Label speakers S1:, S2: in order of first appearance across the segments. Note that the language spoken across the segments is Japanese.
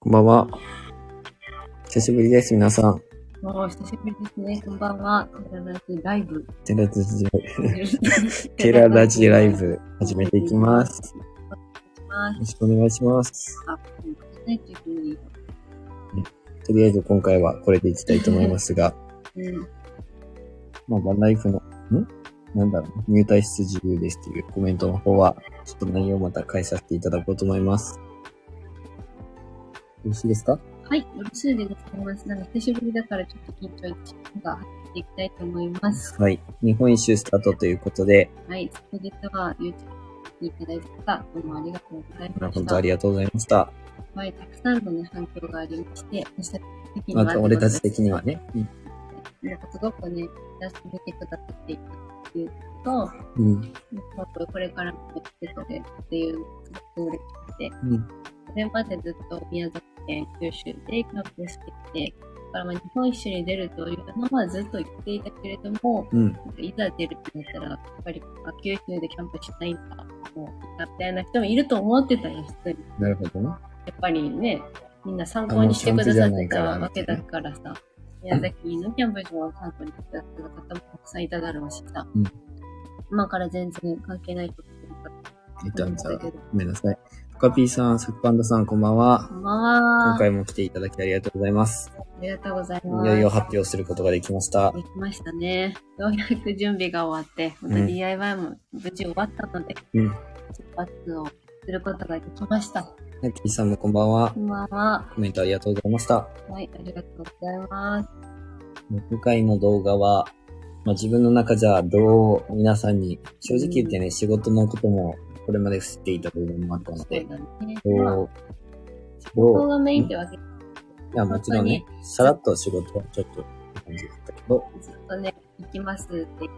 S1: こんばんは。久しぶりです、皆さん。
S2: おー、久しぶりですね。こんばんは。テララジライブ。
S1: テララジ、テララジライ。ブ始めていきます。よ
S2: ます。
S1: ろしくお願いします。
S2: あ、ね、自分に。
S1: とりあえず今回はこれでいきたいと思いますが、
S2: うん。
S1: まあ、ワンライフの、んなんだろう、入退室自由ですっていうコメントの方は、ちょっと内容をまた返させていただこうと思います。よろしいですか
S2: はい、よろしいでございます。なんか久しぶりだからちょっと緊張が入っていきたいと思います。
S1: はい。日本一周スタートということで、
S2: はい、先日は YouTube にいただいた方、どうもありがとうございました。
S1: 本当ありがとうございました。
S2: はい、たくさんのね、反響がありまして、私たち的
S1: まあ、俺たち
S2: で
S1: 的にはね。うん
S2: なんかすごくね、出して見てくださっていたっていうことと、
S1: うん。
S2: もっとこれからもやってくれっていう、すごく嬉しくて、
S1: うん。
S2: それまでずっと宮崎県九州でキャンプしてきて、だからまあ日本一周に出るというのはずっと言っていたけれども、
S1: うん。
S2: いざ出るってなったら、やっぱりあ九州でキャンプしたいんだ、もう、みたいな人もいると思ってたよ、普通に。
S1: なるほどね。
S2: やっぱりね、みんな参考にしてくださってたわけだからさ、宮崎のキャンプ場を参考にしてくださった方もたくさんいただろうしさ、
S1: うん
S2: 今から全然関係ないことだと
S1: いたんじゃ
S2: 思ったけど、
S1: ごめんなさい。ふかぴーさん、さくぱんださん、こんばんは
S2: こ。ん
S1: 今
S2: ばんは。あ
S1: 回も来ていただきありがとうございます。
S2: りがとうござい
S1: い
S2: ます。
S1: よいよ発表することができました。
S2: できましたね。ようやく準備が終わって、本当
S1: うん
S2: DIY も無事終わったので、
S1: うん。
S2: 出発をすることができました。
S1: なきーさんもこんばんは
S2: こ。んばんは。
S1: コメントありがとうございました。
S2: はい、ありがとうございます。
S1: 今回の動画は、まあ、自分の中じゃどう皆さんに、正直言ってね、仕事のこともこれまで知っていた部分もあったので、
S2: そうだね。まあ
S1: どう、ど
S2: ここ
S1: う、
S2: がメインってわけ
S1: いやもちろんね、さらっと仕事はちょっと感じだったけど、
S2: ずっとね、行きますって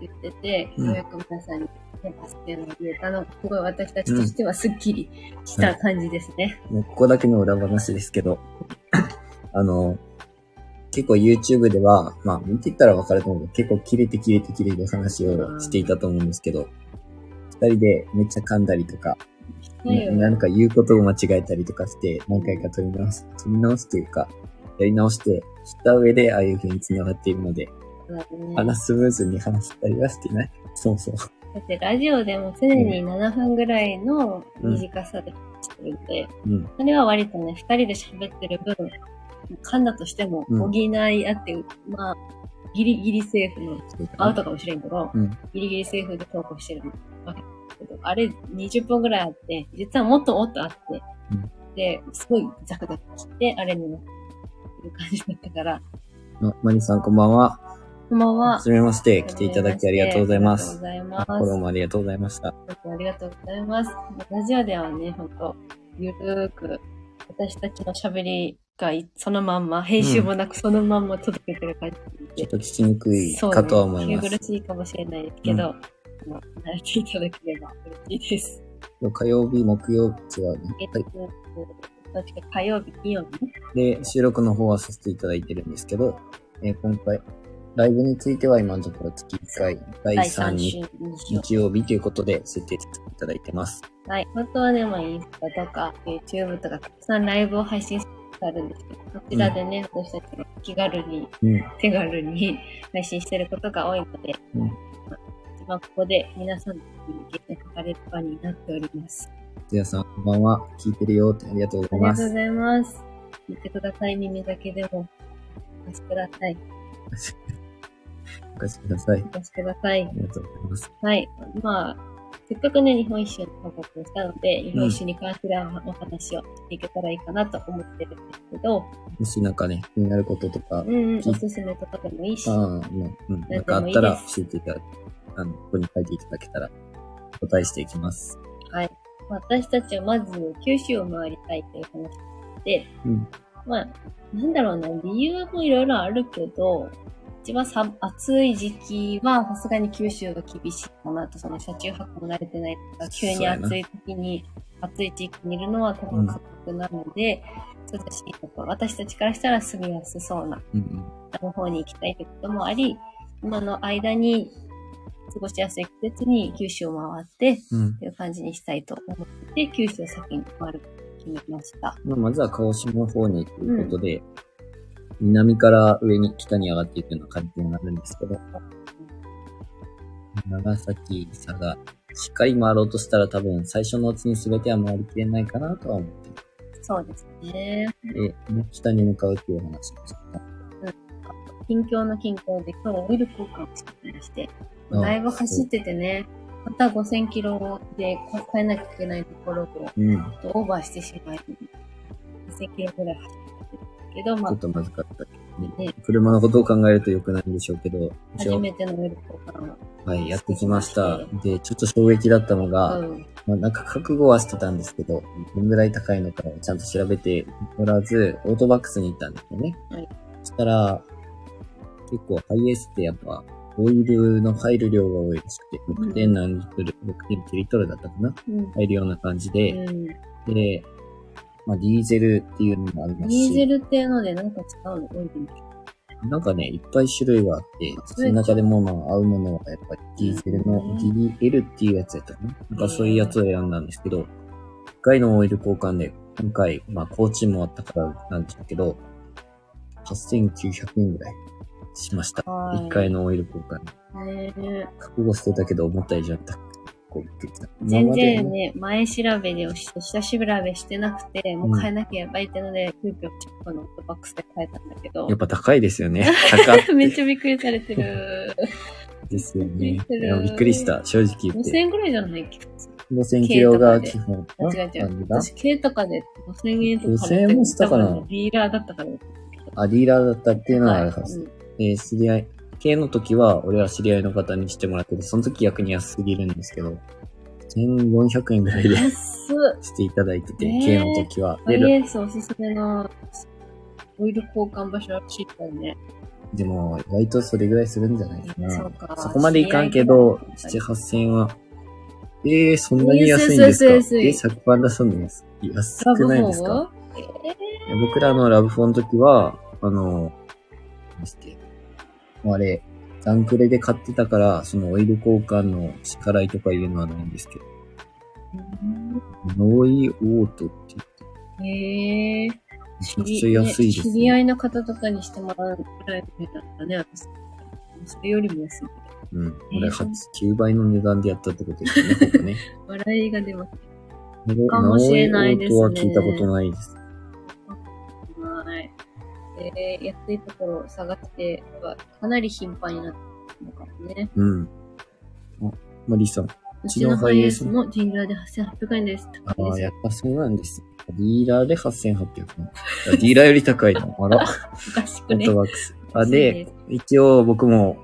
S2: 言ってて、
S1: うん
S2: ようやく皆さんに出ますっていうのを言えたのが、すごい私たちとしてはすっきりした感じですね。
S1: もうここだけの裏話ですけど、 あの、結構 YouTube では、まあ見てたらわかると思うけど、結構切れて切れて切れて話をしていたと思うんですけど、二人でめっちゃ噛んだりとか、
S2: ね
S1: ななんか言うことを間違えたりとかして、何回か取り直す、取り直すというか、やり直して、した上でああいう風に繋がっているので、
S2: だ
S1: 話スムーズに話したりはしてない。そうそう。
S2: ってラジオでも常に7分ぐらいの短さで話してるんで、
S1: うん。
S2: それは割とね、2人で喋ってる分、噛んだとしても
S1: うん
S2: 補い合って、まあ、ギリギリセーフのアウトかもしれんけど、
S1: うん
S2: ギリギリセーフで投稿してるわけですけど、あれ20分ぐらいあって、実はもっともっとあって、
S1: うん
S2: で、すごいザクザク切って、あれになっていう感じだったから、
S1: あマニさんこんばんは。
S2: こんばんは
S1: は。じめまして。来ていただきありがとうございます。
S2: あり
S1: あ
S2: がと
S1: フォ
S2: うござ
S1: ロー
S2: いま
S1: も
S2: す。
S1: ありがとうございました。
S2: ありがとうございます。ラジオではね、ほんと、ゆるーく、私たちの喋りがいそのまんま、編集もなくそのまんま届けてる感
S1: ち
S2: じで
S1: ょっ、と聞きにくい
S2: そう
S1: かとは思い
S2: ね、
S1: ま
S2: 気
S1: す。
S2: 苦しいかもしれないですけど、まあ慣れていただければ嬉しいです。
S1: 火曜日、木曜日は、ね、
S2: 月、確か火曜日、金曜日
S1: で、収録の方はさせていただいてるんですけど、えー今回、ライブについては今のところ月1回、第
S2: 第
S1: 3
S2: 3週
S1: 日、
S2: にしよ
S1: 日曜日ということで設定させていただいてます。
S2: う。はい。本当はね、まあ、インスタとか、YouTube とか、たくさんライブを配信することがあるんですけど、こちらでね、私たちが気軽に、
S1: うん。
S2: 手軽に配信してることが多いので、
S1: うん
S2: まあ一番ここで皆さんに向けて書かれる場になっております。
S1: つやさん、こんばんは。聞いてるよってありがとうご
S2: あ
S1: ざい
S2: りが
S1: ま
S2: とう
S1: す
S2: ご。ざいます。言ってください、耳だけでも。お貸しください。
S1: お貸しください。
S2: お貸しください
S1: あ。りがとうございます。
S2: はい。まあ、せっかくね、日本一周の報告をしたので、日本一周に関するお話をしていけたらいいかなと思ってるんですけど、
S1: もしなんかね、気になることとか、
S2: うん、うん、おすすめとかでもいいし、
S1: ああ、もう、うん。なんかあったら教えていただあの、ここに書いていただけたら、お答えしていきます。
S2: 私たちはまず九州を回りたいという話で、
S1: うん
S2: まあ、なんだろうな、理由もいろいろあるけど、一番さ暑い時期はさすがに九州が厳しいかなと、その車中泊も慣れてないとか、急
S1: そう
S2: に
S1: やな
S2: 暑い時に、暑い地域にいるのは多分過酷なので、涼しいところ、私たちからしたら住みやすそうな
S1: うんうん。
S2: 北の方に行きたいということもあり、今の間に過ごしやすい季節に九州を回って、
S1: うん
S2: っ。ていう感じにしたいと思って、九州を先に回る決めました。
S1: まあ、まずは鹿児島の方にということで、南から上に北に上がっていくような感じになるんですけど、長崎、佐賀、しっかり回ろうとしたら多分最初のうちに全ては回りきれないかなとは思ってい
S2: そうですね。
S1: て、ね北に向かうという話でした。
S2: 近況の近況で今日オイル交換をしてきまして、
S1: うん
S2: だいぶ走っててね、また5000キロで帰えなきゃいけないところをちょ
S1: うん。ち
S2: っとオーバーしてしまい、5000キロぐらい走ってたんですけど、ま
S1: ょっ
S2: あ、
S1: とまずかったけど、
S2: ね
S1: ね、車のことを考えると良くないんでしょうけど、一
S2: 初
S1: 応、
S2: めてのオイル交換を。
S1: はい、やってきました
S2: して。
S1: で、ちょっと衝撃だったのが、
S2: うん。
S1: まあ、なんか覚悟はしてたんですけど、どんぐらい高いのかをちゃんと調べておらず、オートバックスに行ったんですよね。
S2: はい
S1: そしたら、結構ハイエースってやっぱ、オイルの入る量が多いらしくて、
S2: うん
S1: 6点何リットル、6.1リットルだったかな
S2: うん
S1: 入るような感じ
S2: う
S1: で、
S2: ん
S1: で、まあ、ディーゼルっていうのもあります
S2: ディーゼ
S1: し、
S2: ルっていうのでなんか違うのオイルに。
S1: なんかね、いっぱい種類があって、その中でもまあ合うものはやっぱりディーゼル
S2: う
S1: の
S2: ん
S1: DL っていうやつやったかな。なんかそういうやつを選んだんですけど、1回のオイル交換で、今回、まあ高知もあったからなんですけど、8900円ぐらいしました。
S2: はい
S1: 1回のオイル交換で。
S2: ねえ
S1: 覚悟してたけど思った以上に高くてきた。
S2: 全
S1: 今
S2: 然
S1: までね
S2: ね、前調べをして、下調べしてなくて、もう変えなきゃやばいってので、急遽チップのオートバックスで変えたんだけど
S1: やっ。ぱ高いですよ ね。高い
S2: めっちゃびっくりされ てる。
S1: ですよ
S2: びっ
S1: ね
S2: くりす。る
S1: いやびっくりした、正直言って。
S2: 5000ぐらいじゃないっけ
S1: 5000キロが基本。
S2: 間違えちゃ
S1: あ
S2: う
S1: 何。だ
S2: 私、軽とかで5000円とか払って。
S1: 5000円もしたかな
S2: 多分ディーラーだったから。
S1: あ、ディーラーだったっていうのはあるは
S2: う
S1: ず。
S2: ん
S1: えー知り合い、系の時は、俺は知り合いの方にしてもらってて、その時逆に安すぎるんですけど、1400円ぐらいで
S2: 安 っ。
S1: していただいてて、
S2: ねえ
S1: 系の時は。で、
S2: IS おすすめのオイル交換場所らしいからね。
S1: でも、意外とそれぐらいするんじゃないかな。
S2: そうか
S1: こまでいかんけど、
S2: 知
S1: 7、
S2: り合い
S1: 8000円は。えー、そんなに安いんですかえ
S2: 安い安い安い
S1: 100パー出すんです。安
S2: ラブ
S1: くない
S2: ホ
S1: です
S2: ー
S1: か
S2: ム
S1: いや僕らのラブフォンの時は、あの、何して、あれ、ダンクレで買ってたから、そのオイル交換の支払いとかいうのはないんですけど、ノイオートって言って、
S2: へえー。
S1: めちゃくちゃ安いです、
S2: 知り合いの方とかにしてもらうくらいの値段だね、私。それよりも安い。
S1: うん。俺、9倍の値段でやったってことです よね、ほぼね。
S2: 笑いが出ます。か
S1: ノ
S2: もしれ
S1: イオ
S2: ない
S1: ー
S2: です
S1: ト
S2: ね
S1: は聞いたことないです。
S2: はい。えー、安いところを探しては、かなり頻繁になってるのかもね。
S1: うん。あ、マリさん。
S2: う
S1: ち
S2: ち
S1: の
S2: の
S1: ハ
S2: ハ
S1: イ
S2: イ
S1: エ
S2: エ
S1: ー
S2: ー
S1: ス
S2: ス
S1: も
S2: もディーラーで8800円です。
S1: あ
S2: 高いで
S1: あ、
S2: す
S1: やっぱそうなんです。ディーラーで8800円。あディーラーより高いの。あ ら。
S2: おかし
S1: ネ
S2: く
S1: ッ
S2: ね
S1: ト。ワークス。あ、
S2: そうで、
S1: です一応僕も、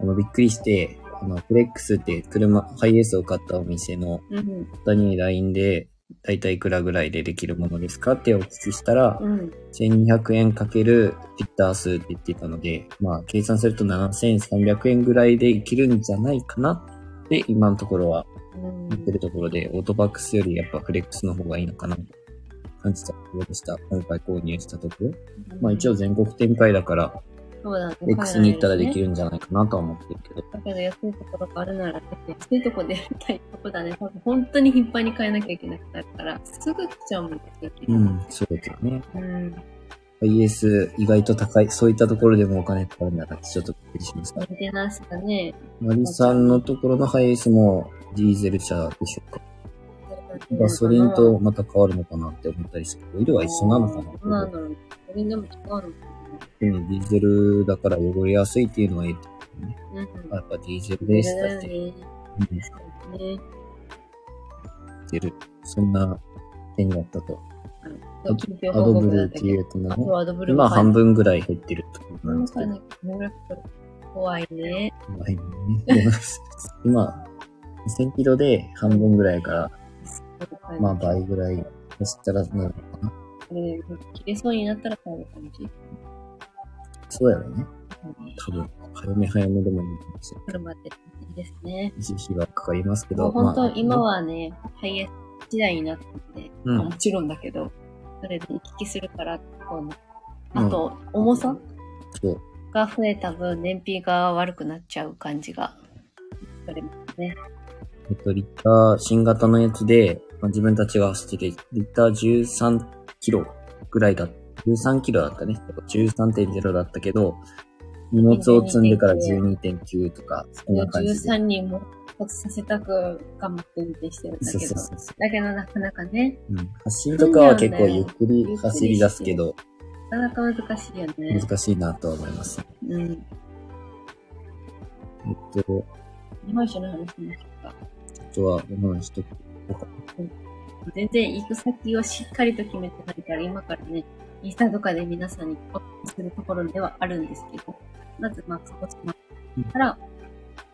S1: あの、びっくりして、あの、フレックスっていう車、ハイエースを買ったお店の
S2: うん。
S1: 方に LINE で、だいたいいくらぐらいでできるものですかってお聞きしたら、
S2: うん。
S1: 1200円かけるリッター数って言ってたので、まあ、計算すると7300円ぐらいでいけるんじゃないかなって、今のところは、
S2: うん
S1: 言ってるところで、オートバックスよりやっぱフレックスの方がいいのかなと感じたところでした。今回購入したところ。まあ一応、全国展開だから、
S2: そうだね。
S1: X に行ったらでき
S2: る。
S1: るんじゃないかなとは思ってるけど。
S2: だけど安いところがあるなら、安いところでやりたいとこだね。多分本当に頻繁に変えなきゃいけなくなるから、すぐ来ちゃうもんね。
S1: うん、そうだけどね。
S2: うん。
S1: IS 意外と高い、そういったところでもお金かかるんだなってちょっとびっくりしました
S2: メ。ンテナンスがね、
S1: マリさんのところのハイエースもディーゼル車でしょうか。ガソリンとまた変わるのかなって思ったりするけど、色は一緒なのかな
S2: どうなんだろう。ガソリンでも違うのかな
S1: うん、ディーゼルだから汚れやすいっていうのは言って
S2: うん。
S1: たやっぱディーゼルでしたって。
S2: ね。
S1: うんディ
S2: そうね。
S1: ーゼル。そんな点だったと。
S2: うん近況
S1: ア
S2: 報
S1: ドブ
S2: 告
S1: ルー
S2: な
S1: っ
S2: んだ
S1: て
S2: け
S1: い
S2: ど。
S1: うと
S2: あ
S1: な
S2: と
S1: の。
S2: はアドブル
S1: 今半
S2: 分。
S1: 分ぐらい減ってるとことなんで
S2: なん
S1: すけ
S2: か
S1: ど。
S2: ね、怖いね。
S1: はいね今、2000キロで半分ぐらいから、まあ倍ぐらい走ったらなるのかな。
S2: うん切れそうになったら帰る感じ。
S1: そうやろね。多分、早め早めでもいいかもしれない。
S2: 車っていいですね。
S1: 維持費はかかりますけ
S2: も
S1: ど。
S2: う本当、
S1: まあ
S2: 今。はね、ハイエース時代になってて、
S1: うん
S2: まあもちろんだけど、それで行き来するから、こう、あと、重さ
S1: そう。
S2: が増えた分、燃費が悪くなっちゃう感じが、それもね。
S1: えっと、リッター、新型のやつで、まあ、自分たちが走っていた13キロぐらいだ、13キロだったね。13.0だったけど、荷物を積んでから12.9とか、そんな感じで。
S2: 13人も復活させたく頑張って運転してるんだ
S1: そう
S2: け
S1: そ
S2: ど
S1: う。そうそ
S2: だけどなかなかね、
S1: う、うん。走りとかは結構ゆっくり走り出すけど、
S2: なかなか難しいよね。
S1: 難しいなとは思います。
S2: うん。
S1: えっと、
S2: 日本酒の話しましょうか。
S1: あとは、うん、一つ
S2: 全然行く先をしっかりと決めてないから、今からね、インスタとかで皆さんにお伝えするところではあるんですけど、まず、まあ、鹿児島から、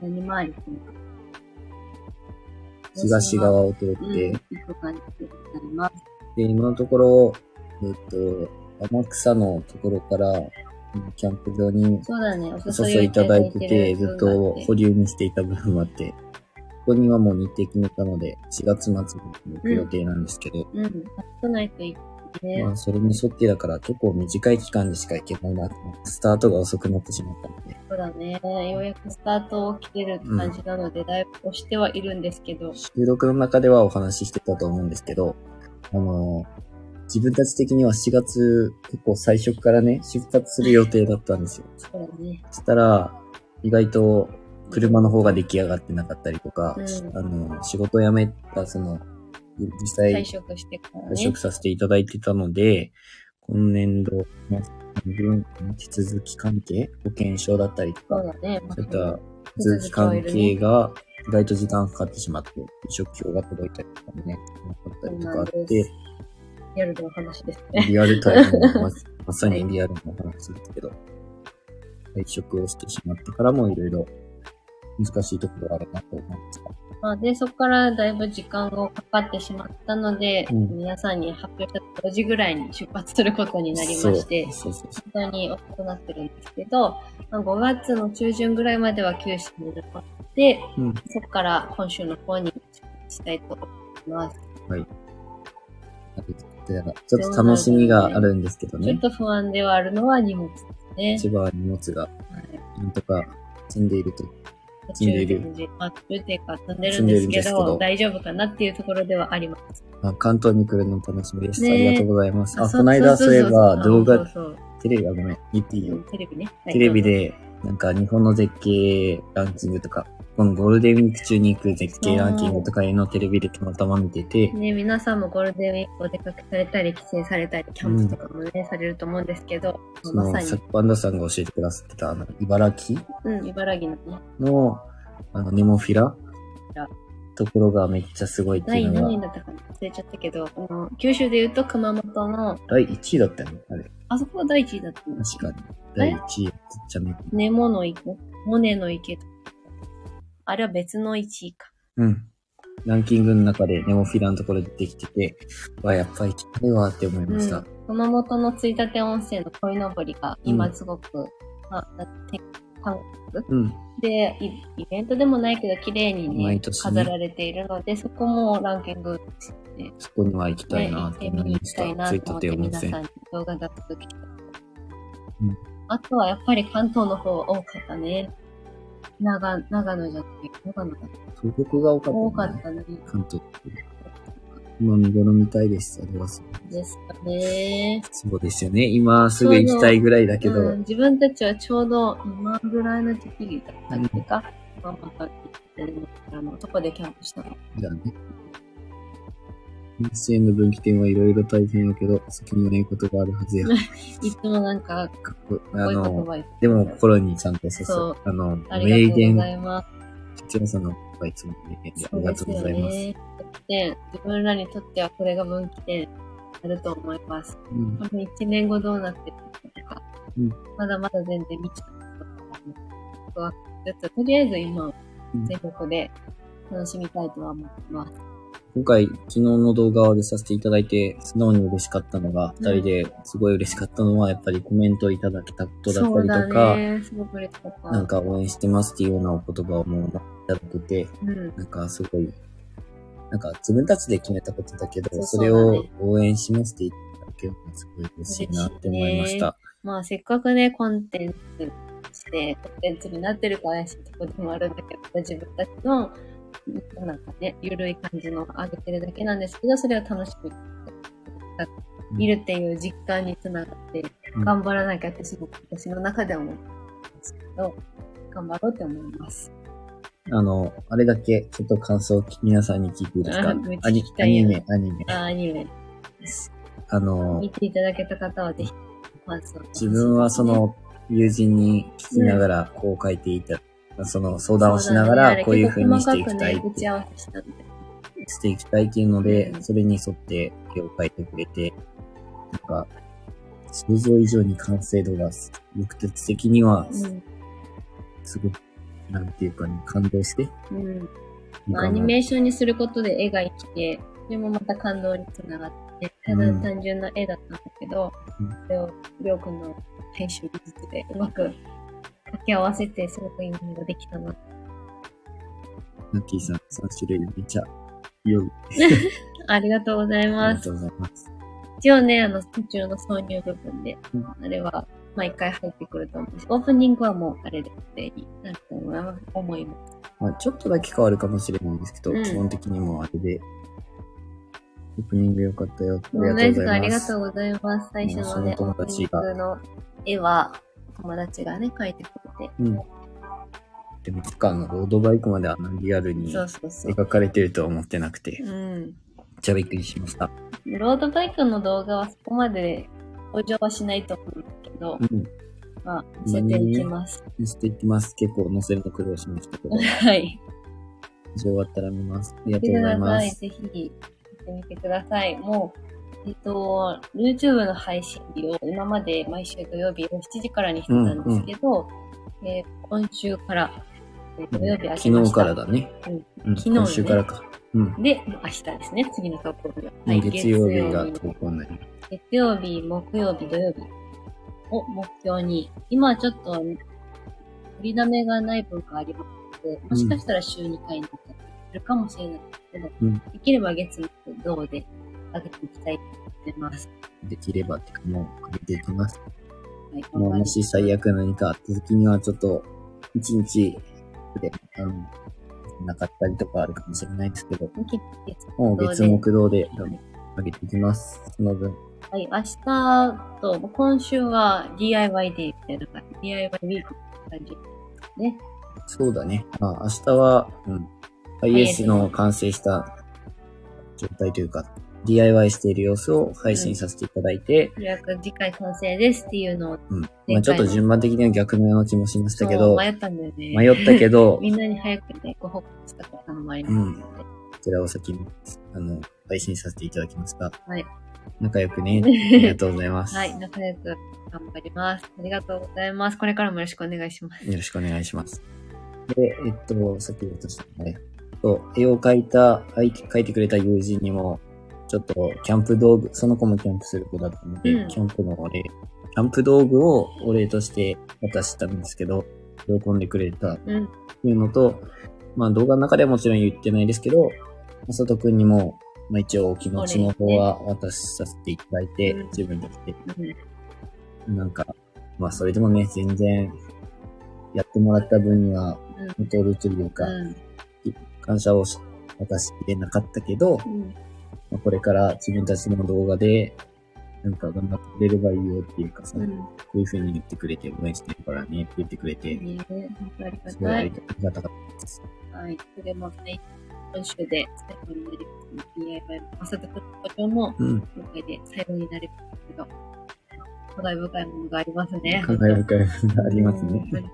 S2: 何回りというか
S1: 東側を通って、
S2: うん、行く感じになります。
S1: で、今のところ、えっと、天草のところから、キャンプ場に
S2: そうだね、お
S1: お
S2: 誘い
S1: 誘いいただいてて、
S2: る
S1: ずっと保留にしていた部分もあって、ここにはもう日程決めたので、4月末に行く予定なんですけど、
S2: うん、少ないといいね。
S1: まあ、それに沿ってだから結構短い期間でしか行けないなと思って、スタートが遅くなってしまったので、
S2: そうだね。ようやくスタートを切れる感じなので、だいぶ押してはいるんですけど、
S1: 収録の中ではお話ししてたと思うんですけど、あの、自分たち的には4月結構最初からね、出発する予定だったんですよ。
S2: そうだね。
S1: そしたら、意外と車の方が出来上がってなかったりとか、
S2: うん
S1: あの、仕事を辞めた、その、実際
S2: 退、職してから
S1: 退
S2: ね
S1: 職。させていただいてたので、今年度の文化の手続き関係、保険証だったりと
S2: そ
S1: か
S2: う、だね。
S1: そういった手続き関係が意外と時間かかってしまって、職票が届いたりとかね、あったりとかあっ
S2: そうなんで
S1: て、
S2: リアルの話ですね。
S1: リアルタイムの、ままさにリアルな話ですけど、退職をしてしまってからもいろいろ難しいところがあるなと思いました。
S2: まあ、で、そこからだいぶ時間がかかってしまったので、
S1: うん
S2: 皆さんに発表した5時ぐらいに出発することになりまして、
S1: そうそうそう
S2: 本当に遅くなってるんですけど、まあ、5月の中旬ぐらいまでは九州に残って、
S1: そう。うん。
S2: そこから本州の方に出発したいと思います。
S1: だからちょっと楽しみがあるんですけど
S2: ちょっ
S1: ね。
S2: と不安ではあるのは荷物ですね。
S1: 千葉は荷物が、
S2: はい
S1: なんとか積んでいると。
S2: 途
S1: 積んで
S2: 中
S1: い
S2: で
S1: る
S2: 無事、まあ、途中でか飛んでるんですけ
S1: 積んでるんですけ
S2: ど、
S1: ど
S2: 大丈夫かなっていうところではあります。
S1: まあ、関東に来るの楽しみです。
S2: ね
S1: ありがとうございます。あ、
S2: そ
S1: この間そういえば
S2: そ
S1: 動
S2: うそう
S1: 画、
S2: そう
S1: テレビ、あ、ごめん、言っていい
S2: そう
S1: よ。
S2: テレビね。はい
S1: テレビ、で、なんか日本の絶景ランキングとか、このゴールデンウィーク中に行く絶景ランキングとかいうのをテレビでたまたま見てて、
S2: ね、皆さんもゴールデンウィークお出かけされたり、帰省されたり、キャンプとかもね、されると思うんですけど、
S1: そ
S2: ま
S1: の
S2: さ、
S1: サッ
S2: に、
S1: プパンダさんが教えてくださってた、あの、茨城
S2: うん、茨城のね、
S1: の、あの、ネモフィラ
S2: ラ
S1: ところがめっちゃすごいって
S2: 何
S1: いう
S2: 位、
S1: の
S2: 何位
S1: が、
S2: だったかな忘れちゃったけど、あの九州で言うと熊本の、
S1: 第1位だったよね、あれ。
S2: あそこは第一位だったの
S1: 確かに。第1位、ちっちゃめ。
S2: ネモの池、モネの池とか。あれは別の1位か。
S1: うん。ランキングの中でネモフィラのところで出てきてて、わ、やっぱり行きたいわって思いました。
S2: 熊本のついたて温泉の鯉のぼりが
S1: う
S2: 今
S1: ん
S2: すごく、まあ、て観
S1: うん。
S2: でイ、イベントでもないけど綺麗にね
S1: 毎、年ね
S2: 飾られているので、そこもランキング
S1: そこには行きたい
S2: ね、行
S1: な
S2: っ
S1: って
S2: て
S1: 思
S2: みに
S1: い
S2: 行
S1: ま
S2: き
S1: した
S2: い
S1: た。
S2: な
S1: つい
S2: と
S1: た
S2: 思ってて
S1: 温
S2: 皆
S1: 泉。
S2: さんに動画出すときた。
S1: うん
S2: あとはやっぱり関東の方多かったね。長長野じゃなくて、長野だった
S1: 東北が多かった、ね。
S2: 多かったね。
S1: 関東って。今見頃みたいです。あれはそう
S2: ですかね。
S1: そうですよね。今すぐ行きたいぐらいだけど、
S2: うん、自分たちはちょうど今ぐらいの時期だったっていうか、まあまた行ってるのあの、どこでキャンプしたの
S1: じゃあね。甲子園の分岐点はいろいろ大変やけど、先にはないことがあるはずや。
S2: いつもなんか、
S1: かっこいい。あ
S2: こういう言
S1: の、
S2: 葉言って
S1: でも心にちゃんと刺す。
S2: そう
S1: あの、
S2: あ
S1: 名
S2: りがとう
S1: 言
S2: ござ、います。
S1: 土屋さんの方がいつも名言であ
S2: そう
S1: りが
S2: で
S1: と
S2: す
S1: うご
S2: よ
S1: ざいます。
S2: ね。で、自分らにとってはこれが分岐点になると思います。
S1: うん
S2: この1年後どうなってるのかとか、
S1: うん
S2: まだまだ全然未知なこととかも、ちょっととりあえず今、
S1: うん
S2: 全力で楽しみたいとは思ってます。
S1: 今回、昨日の動画を上げさせていただいて、素直に嬉しかったのが、
S2: うん
S1: 二人ですごい嬉しかったのは、やっぱりコメントをいただけたことだ
S2: そ
S1: っ
S2: う
S1: た
S2: だ
S1: りとか、
S2: ね。すごく嬉しかった。
S1: なんか応援してますっていうようなお言葉をもういただけて、
S2: うん。
S1: なんかすごい、なんか自分たちで決めたことだけど、
S2: そう
S1: そ
S2: そう
S1: れ
S2: だね
S1: を応援しますって言っただけがすごい嬉しいなって思いました。
S2: まあ、せっかくね、コンテンツとして、コンテンツになってるか怪しいところでもあるんだけど、自分たちのなんかね、ゆるい感じの上げてるだけなんですけど、それを楽しくいるっていう実感につながって、
S1: うん
S2: 頑張らなきゃってすごく私の中では思うんですけど、頑張ろうって思います。
S1: あの、あれだけ、ちょっと感想を皆さんに聞いていいですか
S2: あめっちゃ
S1: ア
S2: 聞
S1: ニ
S2: き
S1: ア
S2: たい
S1: ニ
S2: よ
S1: メ、アニメ。
S2: あーアニメ、
S1: あの
S2: 見、ていただけた方はぜひ、まず
S1: 自分はそ、の友人に聞きながらこう書いていた、その相談をしながらこういう風にしていきたい
S2: 結構細かくね、打
S1: って
S2: ち合わせしたんで。
S1: していきたいっていうので、
S2: うん
S1: それに沿って絵を描いてくれて、なんか、想像以上に完成度がす、僕たち的にはすすごく、なんていうかね、感動して、い
S2: うん。うん。
S1: い
S2: まあ
S1: か
S2: アニ
S1: な。
S2: メーションにすることで絵が生きて、それもまた感動につながって、ただ単純な絵だったんだけど、
S1: うん
S2: それをりょうくんの編集技術でうまく 掛け合わせて、すごくいいものができたな。
S1: ナッキーさん、3種類めっちゃ、良い。
S2: ありがとうござい
S1: あり
S2: ま
S1: が
S2: す。
S1: とうございます。
S2: 一応ね、あの、途中の挿入部分で
S1: うん、
S2: あれは毎回入ってくると思うし、オープニングはもうあれで固定になると思います思います。
S1: まあ、ちょっとだけ変わるかもしれないんですけど、
S2: うん
S1: 基本的にもうあれで、オープニング良かったよ。ありがとう
S2: 大
S1: ご
S2: 丈夫
S1: ざ
S2: あ
S1: い
S2: り
S1: ま
S2: が
S1: す
S2: と。うございます。最初のね、
S1: もう
S2: オー
S1: その友
S2: プ
S1: 達
S2: ニン
S1: が
S2: グの絵は、友達がね、描いてくれて、
S1: うん。でも、つか、あの、ロードバイクまであんなリアルに
S2: そうそうそう。
S1: 描かれてるとは思ってなくて、めっ
S2: うん。
S1: ちゃびっくりしました。
S2: ロードバイクの動画はそこまで登場はしないと思うんだけど、
S1: うん。
S2: まあ、見せていきます。
S1: 見せていきます。結構載せるの苦労しました けど、
S2: はい。
S1: 以上終わったら見ます。ありが
S2: 見
S1: とう
S2: て
S1: ご
S2: く
S1: ざい
S2: だ
S1: ま
S2: さい。
S1: す。
S2: ぜひ、見てみてください。もう、えっと、YouTube の配信日を今まで毎週土曜日の7時からにしてたんですけど、えー今週から、えー土曜日明けました。
S1: 昨日からだね。
S2: うん
S1: うん、
S2: 昨日ね
S1: 今週からか。うん。
S2: で、もう明日ですね、次の投稿日は。
S1: もう月曜日
S2: 月曜
S1: が
S2: 日
S1: 投稿になります。
S2: 月曜日、木曜日、土曜日を目標に、今はちょっと、取りだめがない分がありますので、もしかしたら週2回になったりするかもしれないけど、
S1: うん
S2: できれば月木土で上げていきたいと思ってます。
S1: できればってか、もう上げていきます。
S2: はい、
S1: もうもし最悪何かあった時には、ちょっと、一日で、あの、なかったりとかあるかもしれないですけど、
S2: 頑張ります
S1: もう月木堂で多分上げていきます。その分。
S2: はい、明日と、今週は DIY デーみたいな感じ、DIY ウィークみたいな感じ。
S1: そうだね。まあ、明日は、うん。IS の完成した状態というか、DIY している様子を配信させていただいて、
S2: 予約次回完成ですっていうのを、
S1: うん。
S2: 前回
S1: まあ、
S2: の
S1: ちょっと順番的には逆のような気もしましたけど、
S2: 迷ったんだよね。
S1: 迷ったけ ど、
S2: みんなに早くね、ご報告したかったのもありますので、
S1: こちらを先に、あの、配信させていただきました。
S2: はい。
S1: 仲良く ね。ありがとうございます。
S2: はい、仲良く頑張ります。ありがとうございます。これからもよろしくお願いします。
S1: よろしくお願いします。で、えっと、さっき言ったね、と絵を描いた、描いて描いてくれた友人にも、ちょっとキャンプ道具、その子もキャンプする子だったので、
S2: うん
S1: キャンプのお礼、キャンプ道具をお礼として渡したんですけど、喜んでくれたっ
S2: うん、
S1: ていうのと、まあ動画の中ではもちろん言ってないですけど、まさとくんにも、まあ一応気持ちの方は渡しさせていただいて、
S2: うん
S1: 自分たちで
S2: うん、
S1: なんか、まあそれでもね、全然、やってもらった分には、劣るというか、
S2: うん、
S1: 感謝をし渡しきれなかったけど、
S2: うん、
S1: まあこれから自分たちの動画で、なんか頑張ってくれればいいよっていうかさ、こ
S2: うん、
S1: ういう風に言ってくれて、応援してるからねって言ってくれて、
S2: いいね、本当ありが
S1: すごいあ
S2: た
S1: り
S2: い。
S1: がたかっ
S2: はい、それもはい、今週で最後になります。DIY のまさとくんのことも、
S1: た。うん。
S2: 今回で最後になりますけど、感慨深いものがありますね。
S1: 感慨深いものがありますね。
S2: うん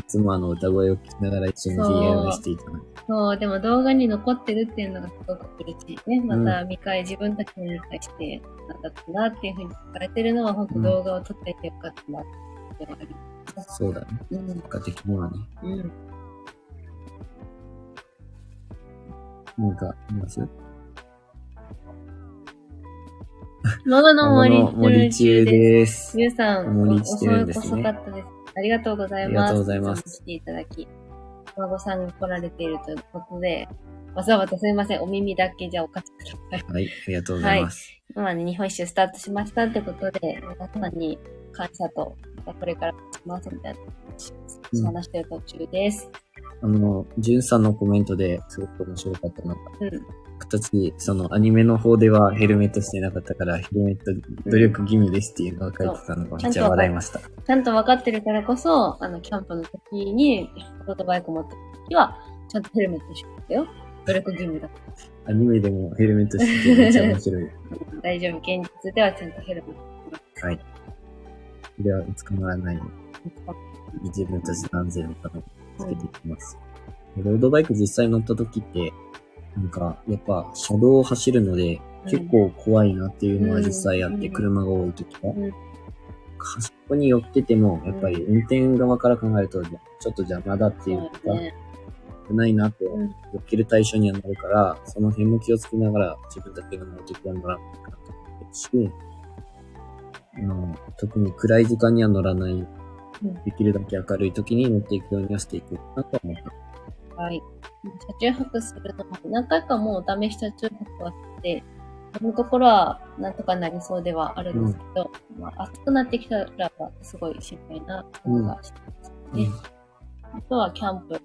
S1: いつもあの歌声を聞きながら一緒に
S2: そう
S1: DIY していたので、
S2: そう、でも動画に残ってるっていうのがすごく嬉しいね。また見返、自分たちも見返して、なんだったなっていうふうに聞かれてるのは、本当
S1: うん
S2: 動画を撮っていてよかったなって思います。
S1: そうだね。
S2: うん
S1: 結。果的にはね、
S2: うん。
S1: なんか、います
S2: 物の森
S1: あの森中
S2: す。
S1: です。
S2: ゆうさん、
S1: 森
S2: お
S1: 中ですね
S2: 遅かったです。ありがとうござい
S1: ありが
S2: ます。
S1: とうございます
S2: つも来ていただき、お孫さんが来られているということで、わざわざすみません。お耳だけじゃお貸しください。
S1: はい、ありがとうございます。
S2: 今ね、日本一周スタートしましたってことで、皆様に感謝と、またこれからしますみたいな話を
S1: うん
S2: 話してる途中です。
S1: あの、じゅんさんのコメントですごく面白かったな。
S2: うん。
S1: 僕たち、そのアニメの方ではヘルメットしてなかったから、ヘルメット努力義務ですっていうのが書いてたのがめっちゃ笑いました。
S2: ちゃんと分かってるからこそ、あの、キャンプの時に、ロートバイク持ってる時は、ちゃんとヘルメットしてたよ。努力義務だか
S1: アニメでもヘルメットしててめっちゃ面白い。
S2: ら。大丈夫。現実ではちゃんとヘルメット
S1: はい。それは捕まらないように自分たちの安全のためにつけていきます。ロードバイク実際乗った時って、なんか、やっぱ車道を走るので、結構怖いなっていうのは実際あって、
S2: うん
S1: 車が多い時は
S2: うん。
S1: 端っこに寄ってても、やっぱり運転側から考えると、ちょっと邪魔だっていうか、
S2: そうね。
S1: 危ないなって、
S2: うん
S1: 避ける対象にはなるから、その辺も気をつけながら自分たちが乗るときは乗らないかなと思ってるし、あの、特に暗い時間には乗らない、
S2: ん
S1: できるだけ明るい時に乗っていくようにはしていこうかなと思った。
S2: はい。車中泊するのも、何回かもうお試し車中泊はして、そのところはなんとかなりそうではあるんですけど、まあ、暑くなってきたらばすごい心配な感じがしてますね。あとはキャンプ。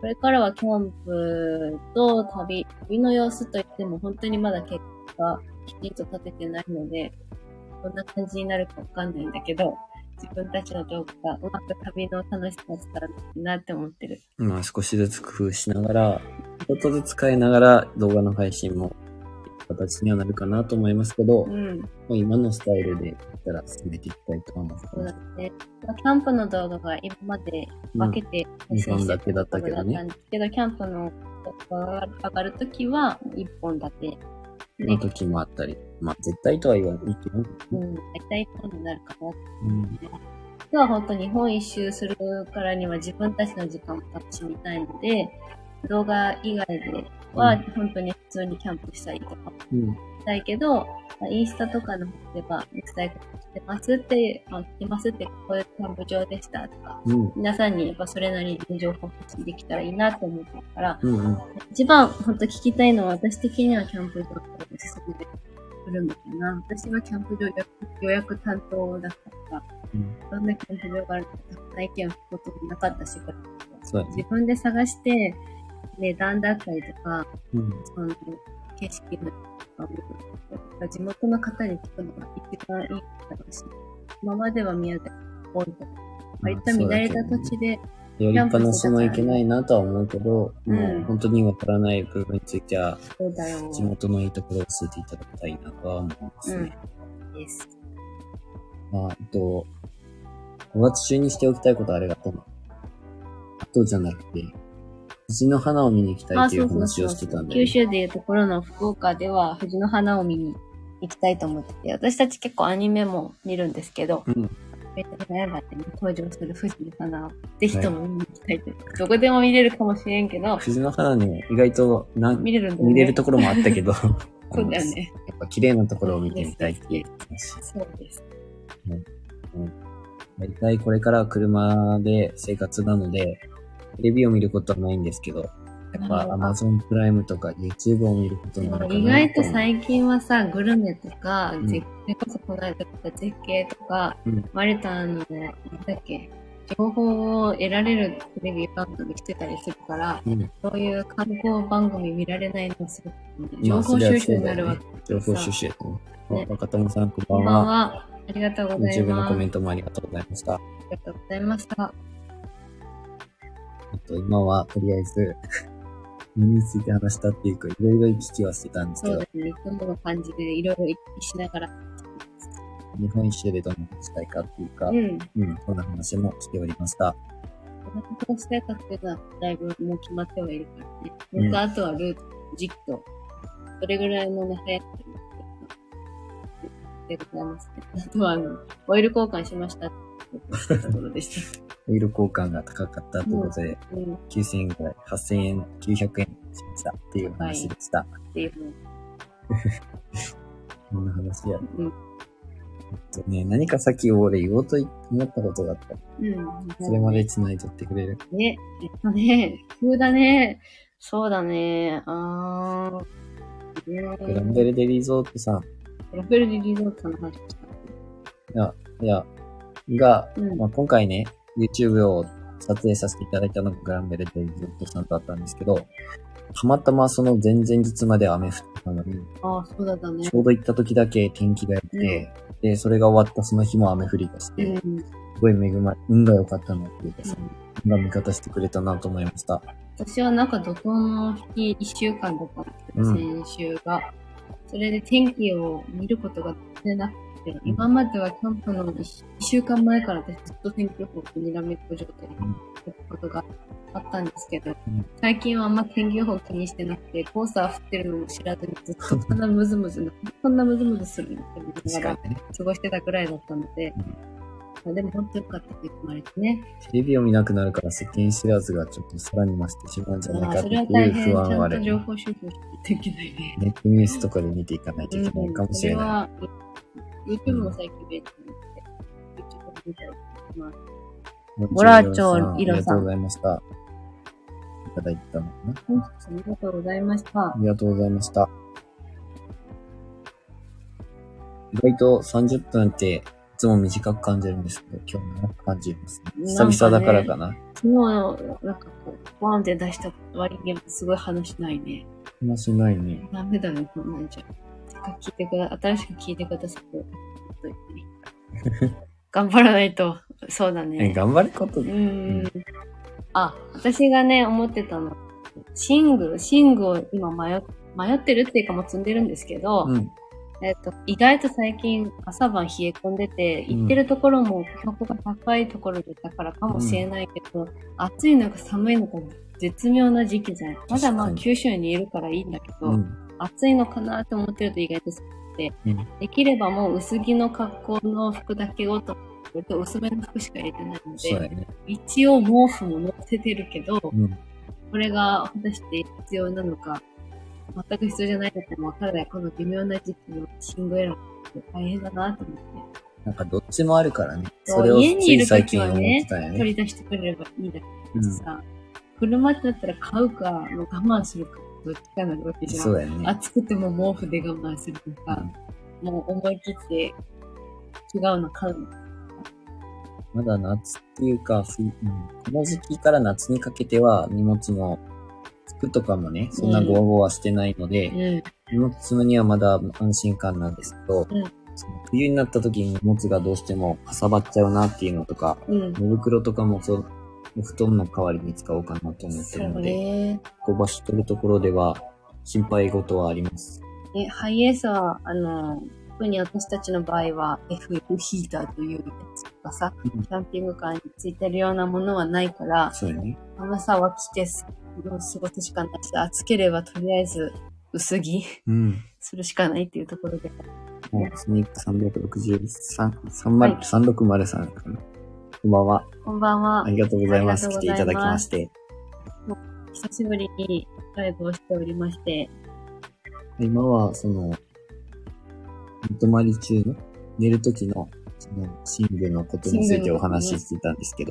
S2: これからはキャンプと旅、旅の様子といっても本当にまだ結果がきちんと立ててないので、どんな感じになるかわかんないんだけど、自分たちの動画がうまく旅の楽しさを伝わるといいなって思ってる。
S1: まあ少しずつ工夫しながら、ちょっとずつ変えながら動画の配信も形にはなるかなと思いますけど、
S2: う
S1: ま
S2: ん。
S1: あ今のスタイルでいったら進めていきたいと思います。
S2: そうだね。まあキャンプの動画が今まで分けて
S1: うん
S2: 配信して
S1: 二本立てだったけどね
S2: だんですけど、キャンプの動画が上がるときは1本立て。
S1: の時もあったり、まあ絶対とは言わないけど、
S2: うん、大体1本になるかな。
S1: うん
S2: 今日は本当に日本一周するからには自分たちの時間を楽しみたいので、動画以外では本当に普通にキャンプしたりとかも
S1: うん、
S2: したいけど、まあインスタとかの方では、伝え方してますって、あ来てますって、こういうキャンプ場でしたとか、
S1: うん、
S2: 皆さんにやっぱそれなりに情報発信できたらいいなと思ったから、
S1: うん、うん。
S2: 一番本当聞きたいのは私的にはキャンプ場がおすすめで来るんだけどな。私はキャンプ場予約予約担当だったから、
S1: うん
S2: どんなキャンプ場があるかたくさん意見を聞くこともなかったし、これ
S1: そうだね
S2: 自分で探して、値段だったりとか、
S1: うん、
S2: その景色の地元の方に聞くのが一番いいだろうし、今までは宮崎、大分、割と見慣れた土地で、
S1: やりっぱなしもいけないなとは思うけど、もう本当にわからない部分については、
S2: そうだよ。
S1: 地元のいいところを教えていただきたいなとは思いますね。
S2: です。
S1: まあ、あと、5月中にしておきたいことはあれがあったの。あとじゃなくて、藤の花を見に行きたい
S2: あ、
S1: とい
S2: そううそう
S1: 話
S2: そう
S1: をしてたんで
S2: 九、州でいうところの福岡では藤の花を見に行きたいと思ってて、私たち結構アニメも見るんですけど、
S1: うん、
S2: めっちゃばってね登場する藤の花をぜひとも見に行きたいと、どこでも見れるかもしれんけど、
S1: 藤の花ね、意外とな
S2: 見
S1: 見
S2: れるんだよね。
S1: れるところもあったけど、そう
S2: そうだよ。 ね。
S1: やっぱ綺麗なところを見てみたいっていう話。
S2: そうです。
S1: 大体これからは車で生活なので、テレビを見ることはないんですけど、やっぱ
S2: なるほど
S1: Amazon プライムとか YouTube を見ることになるかな
S2: 意外と
S1: 近、
S2: 最近はさ、グルメとか、
S1: ん
S2: 絶それこそこの間とか絶景とか、
S1: うん
S2: 割とあの、なんだっけ、情報を得られるテレビ番組来てたりするから、
S1: うん、
S2: そういう観光番組見られないのもすごく、
S1: ま
S2: 情
S1: あ
S2: 報収集になるわ
S1: そ
S2: け。
S1: 情報収集と、
S2: ね
S1: 若友さんこんば
S2: こ
S1: ん
S2: んばん
S1: は。
S2: は。ありがとうござい
S1: YouTube の
S2: ます。
S1: コメン
S2: ト。
S1: トもありがとうございました。
S2: ありがとうございました。
S1: えっと、今はとりあえず、何について話したっていうか、いろいろ行き来はしてたんですけ
S2: そう
S1: ど
S2: で、すね。いつもの感じでいろいろ行き来しながら。
S1: 日本一周でどんなことしたいかっていうか
S2: う、ん。
S1: うん、こんな話もしておりました。
S2: このことをしたいかっていうのは、だいぶもう決まってはいるからね。
S1: うん
S2: 僕、あとはルート、時期と、どれぐらいのね、早くてもでございますね。あとは、あの、オイル交換しましたっていうところでした。
S1: オイル交換が高かったということで、
S2: うん。っ
S1: 9000円ぐらい、8000円、900円しましたっていう話でした。
S2: ていうのを
S1: こんな話や。
S2: うん。
S1: えっとね、何かさっき俺言おうと思ったことがあった。
S2: うん。
S1: それまで繋いとってくれる。
S2: ね、えっとね、急だね。そうだね。あー。
S1: グラ
S2: グ
S1: ンベルデリゾートさ
S2: ラベルデリゾートの話した。
S1: んが、
S2: うん。
S1: まあ、今回ね、YouTube を撮影させていただいたのがグランベルデリゾットさんとあったんですけど、たまたまその前々日まで雨降ったのに、
S2: ああ、そうだったね
S1: ち。ょうど行った時だけ天気が良くて、で、それが終わったその日も雨降り出し
S2: う
S1: て、
S2: ん。
S1: すごい恵まれ、運が良かったなっていうかさ、運が味方してくれたなと思いました。
S2: 私はなんか怒涛の日、一週間だったんですけど、
S1: う
S2: 先週が。それで天気を見ることができなくて、今まではキャンプの一一週間前から私ずっと天気予報とにらめっこ状態だったことがあったんですけど、
S1: うん
S2: 最近はあんま天気予報気にしてなくて、コースは降ってるのも知らずにずっとこんなムズムズな、こんなムズムズするのって思いながら
S1: 確かにね。
S2: 過ごしてたくらいだったので、まあでも本当によかったって言われてね。
S1: テレビを見なくなるから世間知らずがちょっとさらに増してしまうんじゃない
S2: あ
S1: か
S2: あ
S1: って
S2: それは
S1: い
S2: 大
S1: う
S2: 変、ち
S1: 不安は
S2: ゃ
S1: あ
S2: ん
S1: る
S2: と
S1: ね。
S2: 情報収集しないといけないね。
S1: ネットニュースとかで見ていかないといけないかもしれない。
S2: い。それは、YouTube も最近便利なので、YouTube 見たりします。ボラーチョイロさん
S1: ありがとうございました。いただいたのかな
S2: 本日ありがとうございました
S1: あ。りがとうございました。意外と30分っていつも短く感じるんですけど、今日長く感じます、ね。久々だからかな。
S2: 昨日、なんかこう、バーンって出した割にすごい話ないね。
S1: 話ないね。
S2: ダメだね、こんなんじゃ。せっかく聞いてくだ、新しく聞いてくださって、頑張らないと、そうだね。
S1: え頑張ること
S2: う
S1: で。
S2: んあ、私がね、思ってたの。シングル、シングを今迷迷ってるっていうかもう積んでるんですけど、
S1: うん。
S2: えっと、意外と最近朝晩冷え込んでて、
S1: うん
S2: 行ってるところも標高が高いところだったからかもしれないけど、暑いのか寒いのか絶妙な時期じゃない。まだまあ
S1: 確か
S2: 九州にいるからいいんだけど、
S1: うん。
S2: 暑いのかなって思ってると意外と寒くて、
S1: うん
S2: できればもう薄着の格好の服だけをと思ってると薄めの服しか入れてないので
S1: そう、だね。
S2: 一応毛布も持っててるけど、
S1: うん。
S2: これが果たして必要なのか、全く必要じゃないのかもわからない、この微妙な時期の信号選びって大変だなと思って、
S1: なんかどっちもあるからね。
S2: そう
S1: それを
S2: 家
S1: つ
S2: にい
S1: い
S2: る
S1: 最
S2: 時
S1: 近
S2: は
S1: 思っ
S2: ね
S1: てたよ
S2: 取
S1: ね。
S2: り出してくれればいいだけ
S1: う
S2: ど
S1: ん
S2: さ、車ってなったら買うか、もう我慢するか、どっちかなるわけじゃ。
S1: そうんだよね。
S2: 暑くても毛布で我慢するとか、もう思い切って違うの買うの。
S1: まだ夏っていうか、ふうん、この時期から夏にかけては荷物も、服とかもね、そんなゴワゴワしてないので、
S2: うん。
S1: 荷物積むにはまだ安心感なんですけど、
S2: うん
S1: その冬になった時に荷物がどうしてもかさばっちゃうなっていうのとか、
S2: うん。
S1: 寝袋とかもそう、お布団の代わりに使おうかなと思って
S2: そう
S1: るので、
S2: ね。
S1: こう場所取るところでは心配事はあります。
S2: え、ハイエースは、あの、特に私たちの場合は FF ヒーターというやつとかさ、
S1: うん
S2: キャンピングカーについてるようなものはないから、
S1: そうよね。
S2: 寒さは着てす過ごすしかないし、暑ければとりあえず薄着
S1: うん。
S2: するしかないっていうところで。
S1: もうスニーク363、30 360さんかな。こんばんは。
S2: こんばんは。
S1: ありがとうございます。
S2: あり
S1: 来
S2: がと
S1: て
S2: うご
S1: い
S2: ざいます
S1: ただきまして。
S2: 久しぶりにライブをしておりまして、
S1: 今は、その、寝泊まり中の、寝る時の、その、寝具のことについてお話ししてたんですけど、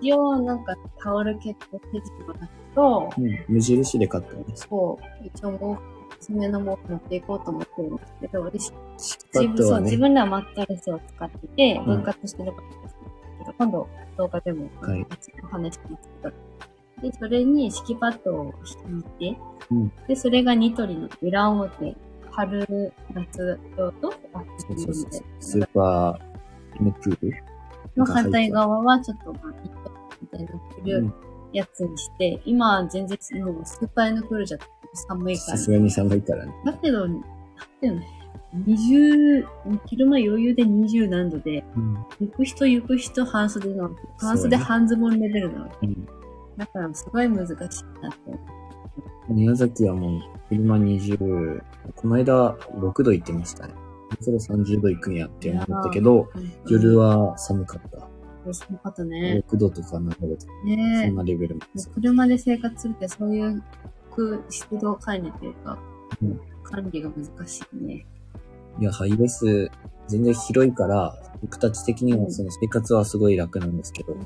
S2: 一応なんかタオルケット手順の中と、
S1: うん無印で買ったんです。
S2: そう、一応毛布、爪の毛布持っていこうと思ってるんですけど、私
S1: 敷き
S2: 自
S1: パッ
S2: 分
S1: ド
S2: そう
S1: は
S2: 自
S1: ね、
S2: 分ではマットレスを使ってて、
S1: ん
S2: 分割してなかったんですけど、今度動画でも
S1: はい
S2: お話ししますけど、で、それに敷きパッドを敷いて、
S1: うん
S2: で、それがニトリの裏表、春、夏用と秋
S1: そう
S2: 用
S1: そうそ
S2: みたいう
S1: スーパー M プール
S2: なの反対側はちょっとまあ、ニトリみたいな着
S1: う
S2: る
S1: ん
S2: やつにして、今は全然もうスーパーのクールじゃ寒いか
S1: さ
S2: ら。
S1: すがに寒いからね。
S2: だけど、なんていうの20、昼間余裕で20何度で、
S1: うん。
S2: 行く人行く人半袖なの。半
S1: そう
S2: 袖
S1: ね
S2: 半ズボンレベルなの。だからすごい難しいなって。
S1: 宮崎はもう、車20、この間6度行ってましたね。そろ30度行くんやって思ったけど、夜
S2: は。
S1: は寒かった。
S2: 寒かったね。
S1: 6度とか7度とか、そ
S2: ね
S1: んなレベルも。
S2: え。車で生活するってそういう湿度管理というか、
S1: うん
S2: 管理が難しいね。
S1: いや、ハイエース、全然広いから、僕たち的にもその生活はすごい楽なんですけど、
S2: う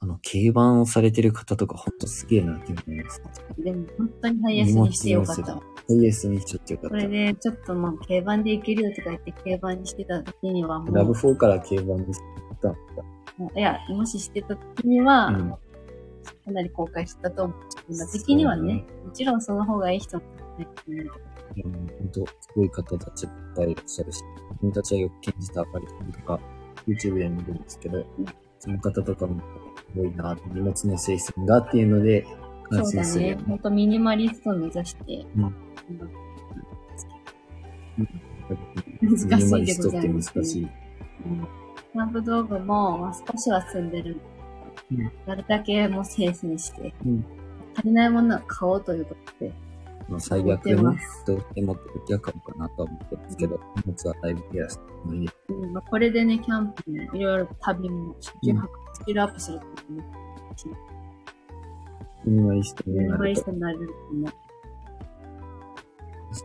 S1: あの、軽バンをされてる方とか、ほんとすげえなって思います。
S2: ん、でも本当にハイエースにしてよかっ
S1: 荷
S2: た
S1: 物。ハイエースにしちゃってよかっ
S2: こ
S1: た。
S2: れでちょっとまあ、軽バンで行けるよとか言って軽バンにしてた時にはも
S1: ラブ
S2: う、
S1: 4から軽バンにした。
S2: いや、もししてた時には、
S1: うん
S2: かなり後悔したと思う。今的にはね、もちろんその方がいい人もいないと思う
S1: うん、本当すごい方たちいっぱいいらっしゃるし、君たちはよく感じたばりとか、YouTube で見るんですけど
S2: うん、
S1: その方とかもすごいな、荷物の生産がっていうので、感
S2: そう
S1: 心
S2: だ
S1: する
S2: ね
S1: よ。
S2: ほんとミニマリストを目指して。
S1: うんミ
S2: 難しいでございますね
S1: ニマリストって難しい。
S2: うんキャンプ道具もまあ少しは済んでる。
S1: うん
S2: なるだけもう精にして、
S1: うん
S2: 足りないものは買おうということで。
S1: まあ、最
S2: 持っ
S1: 悪
S2: て
S1: ね
S2: ま、
S1: どうしてもって時は買うかなとは思ってますけど、荷物はだいぶ減らしてもいい。
S2: うんまあ、これでね、キャンプもいろいろ旅も、車中泊、スキルアップするっていうのも、
S1: ミニマリスト
S2: ミ
S1: に
S2: ニ
S1: な
S2: マ
S1: る
S2: リ
S1: と
S2: ストになれると思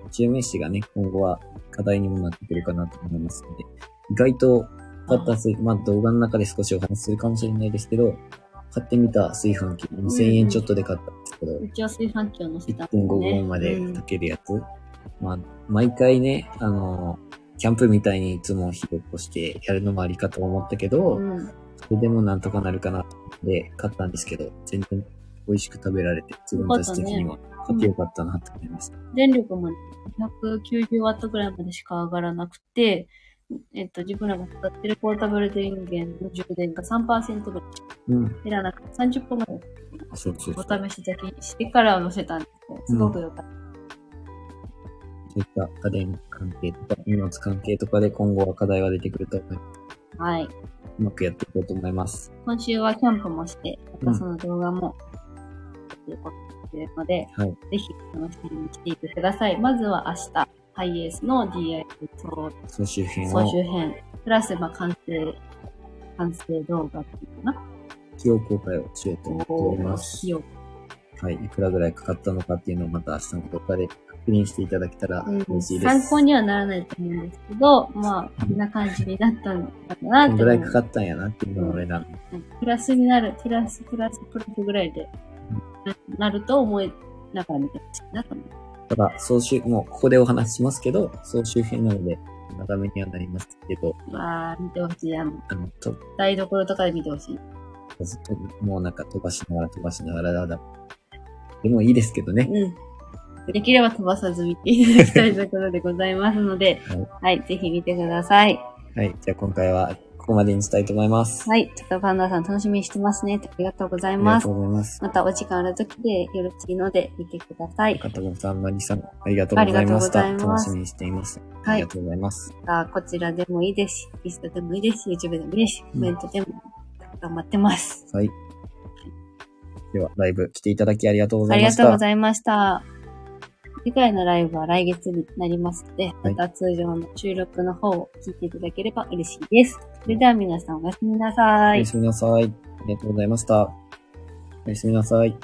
S2: う。
S1: 中名詞がね、今後は課題にもなってくるかなと思いますので、意外と買った炊、まあ動画の中で少しお話しするかもしれないですけど、買ってみた炊飯器、2000円ちょっとで買ったんですけど、
S2: うちは炊飯器を載せた
S1: 1.5合まで炊けるやつ。まあ、毎回ね、あの、キャンプみたいにいつも火を起こしてやるのもありかと思ったけど、
S2: うんうん
S1: それでもなんとかなるかなって買ったんですけど、全然美味しく食べられて、自分たち的には買ってよかったなと思います。
S2: 電力もね190ワットぐらいまでしか上がらなくて、えっと、自分らが使ってるポータブル電源の充電が3%ぐらいしか
S1: うん。
S2: 減らなくて、30分ぐらい
S1: そうそうそう。
S2: お試しだけしてから載せたんですけど、すごく良かった。
S1: そういった家電関係とか、荷物関係とかで今後は課題が出てくると思います
S2: はい。
S1: うまくやっていこうと思います。
S2: 今週はキャンプもして、
S1: う
S2: ま
S1: ん
S2: たその動画も、ということですので、
S1: はい
S2: ぜひ楽しみに来ていてください。まずは明日、ハイエースの DI 総
S1: 総集編
S2: 総
S1: を
S2: 集編、プラス、まあ、完成、完成動画っていうのか
S1: 起用公開をしようと
S2: な。
S1: 思っております
S2: 費。用
S1: はい。いくらぐらいかかったのかっていうのをまた明日の動画で確認していただけたら嬉しいです。
S2: 参考にはならないと思うんですけど、まあ、こんな感じになったのかなっ
S1: どの
S2: て思う。
S1: ぐらいかかったんやなっていうのも俺らの
S2: うんプラスになる、プラス、プラス、プラスぐらいで、ななると思いながら見てほしいなと思う。
S1: ただ、総集、もうここでお話ししますけど、総集編なので、長めにはなりますけど、
S2: まあ、見てほしい。あの、
S1: あの、と、
S2: 台所とかで見てほしい。
S1: もうなんか飛ばしながら飛ばしながらだ。でもいいですけどね。
S2: うん。できれば飛ばさず見ていただきたいということでございますので、 はい、ぜひ見てください。
S1: はい。じゃあ今回はここまでにしたいと思います。
S2: はい、ちょっとパンダさん楽しみにしてますね。ありがとうござい
S1: ありが
S2: ます
S1: と。うございます。
S2: またお時間ある時でよろしいので見てください。
S1: 片岡さん、マリさん、ありがとうございまし
S2: あ
S1: た。
S2: りがとうございま
S1: 楽
S2: す
S1: しみにしています。
S2: はい
S1: ありがとうございます。
S2: あこちらでもいいですし、リストでもいいですし、YouTube でもいいですし、コメントでも頑張ってます。
S1: はい。では、ライブ来ていただきありがとうござ
S2: あ
S1: い
S2: り
S1: ま
S2: が
S1: し
S2: とうご
S1: た。
S2: ざいました。次回のライブは来月になりますので、
S1: はい
S2: また通常の収録の方を聞いていただければ嬉しいです。それでは皆さんおやすみなさ
S1: お
S2: い
S1: や。すみなさい。ありがとうございました。おやすみなさい。